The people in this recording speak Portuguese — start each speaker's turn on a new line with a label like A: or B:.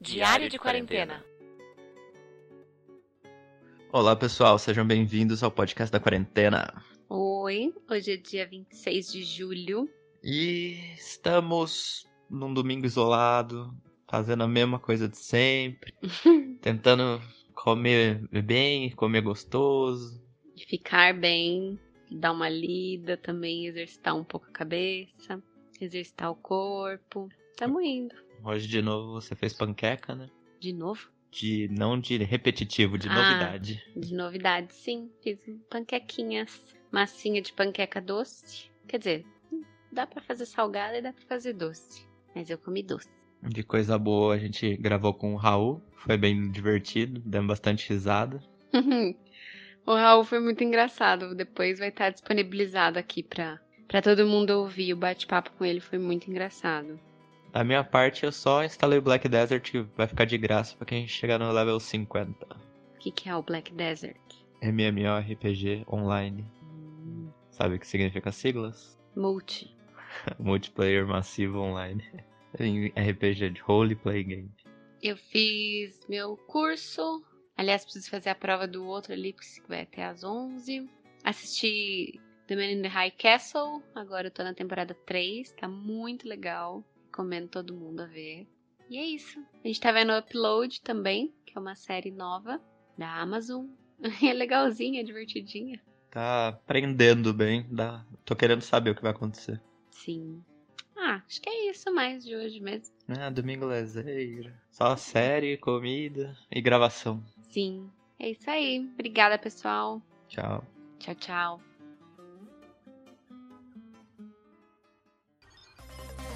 A: Diário de Quarentena.
B: Olá, pessoal, sejam bem-vindos ao podcast da quarentena.
C: Oi, hoje é dia 26 de julho.
B: E estamos num domingo isolado, fazendo a mesma coisa de sempre, tentando comer bem, comer gostoso.
C: E ficar bem, dar uma lida também, exercitar um pouco a cabeça, exercitar o corpo. Tamo indo.
B: Hoje de novo você fez panqueca, né?
C: De novo?
B: De não de repetitivo, de
C: Ah.
B: novidade.
C: De novidade, sim. Fiz panquequinhas. Massinha de panqueca doce. Quer dizer, dá pra fazer salgada e dá pra fazer doce. Mas eu comi doce.
B: De coisa boa, a gente gravou com o Raul, foi bem divertido, demos bastante risada.
C: o Raul foi muito engraçado. Depois vai estar disponibilizado aqui pra, pra todo mundo ouvir. O bate-papo com ele foi muito engraçado.
B: Da minha parte, eu só instalei o Black Desert, que vai ficar de graça pra quem chegar no level 50.
C: O que, que é o Black Desert?
B: MMORPG online.
C: Hum,
B: Sabe o que significa siglas?
C: Multi.
B: Multiplayer massivo online. Em RPG de roleplay game.
C: Eu fiz meu curso. Aliás, preciso fazer a prova do outro ali, porque vai até às 11. Assisti The Man in the High Castle. Agora eu tô na temporada 3. Tá muito legal. Recomendo todo mundo a ver. E é isso. A gente tá vendo o Upload também, que é uma série nova da Amazon. É legalzinha, é divertidinha.
B: Tá aprendendo bem. Dá... Tô querendo saber o que vai acontecer.
C: Sim. Ah, acho que é isso mais de hoje mesmo.
B: Ah, domingo lezeiro. Só série, comida e gravação.
C: Sim. É isso aí. Obrigada, pessoal.
B: Tchau.
C: Tchau, tchau.